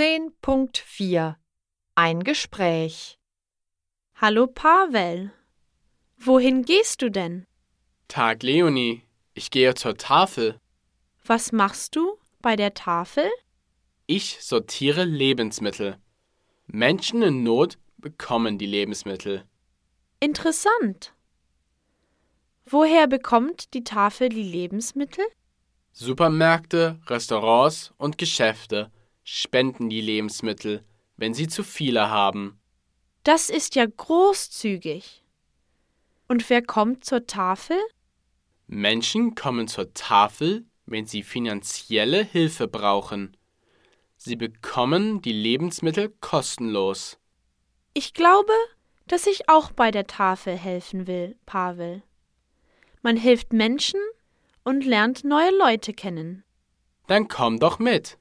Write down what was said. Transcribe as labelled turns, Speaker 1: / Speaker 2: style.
Speaker 1: 10.4 Ein Gespräch
Speaker 2: Hallo Pavel. Wohin gehst du denn?
Speaker 3: Tag Leonie, ich gehe zur Tafel.
Speaker 2: Was machst du bei der Tafel?
Speaker 3: Ich sortiere Lebensmittel. Menschen in Not bekommen die Lebensmittel.
Speaker 2: Interessant. Woher bekommt die Tafel die Lebensmittel?
Speaker 3: Supermärkte, Restaurants und Geschäfte spenden die Lebensmittel, wenn sie zu viele haben.
Speaker 2: Das ist ja großzügig. Und wer kommt zur Tafel?
Speaker 3: Menschen kommen zur Tafel, wenn sie finanzielle Hilfe brauchen. Sie bekommen die Lebensmittel kostenlos.
Speaker 2: Ich glaube, dass ich auch bei der Tafel helfen will, Pavel. Man hilft Menschen und lernt neue Leute kennen.
Speaker 3: Dann komm doch mit.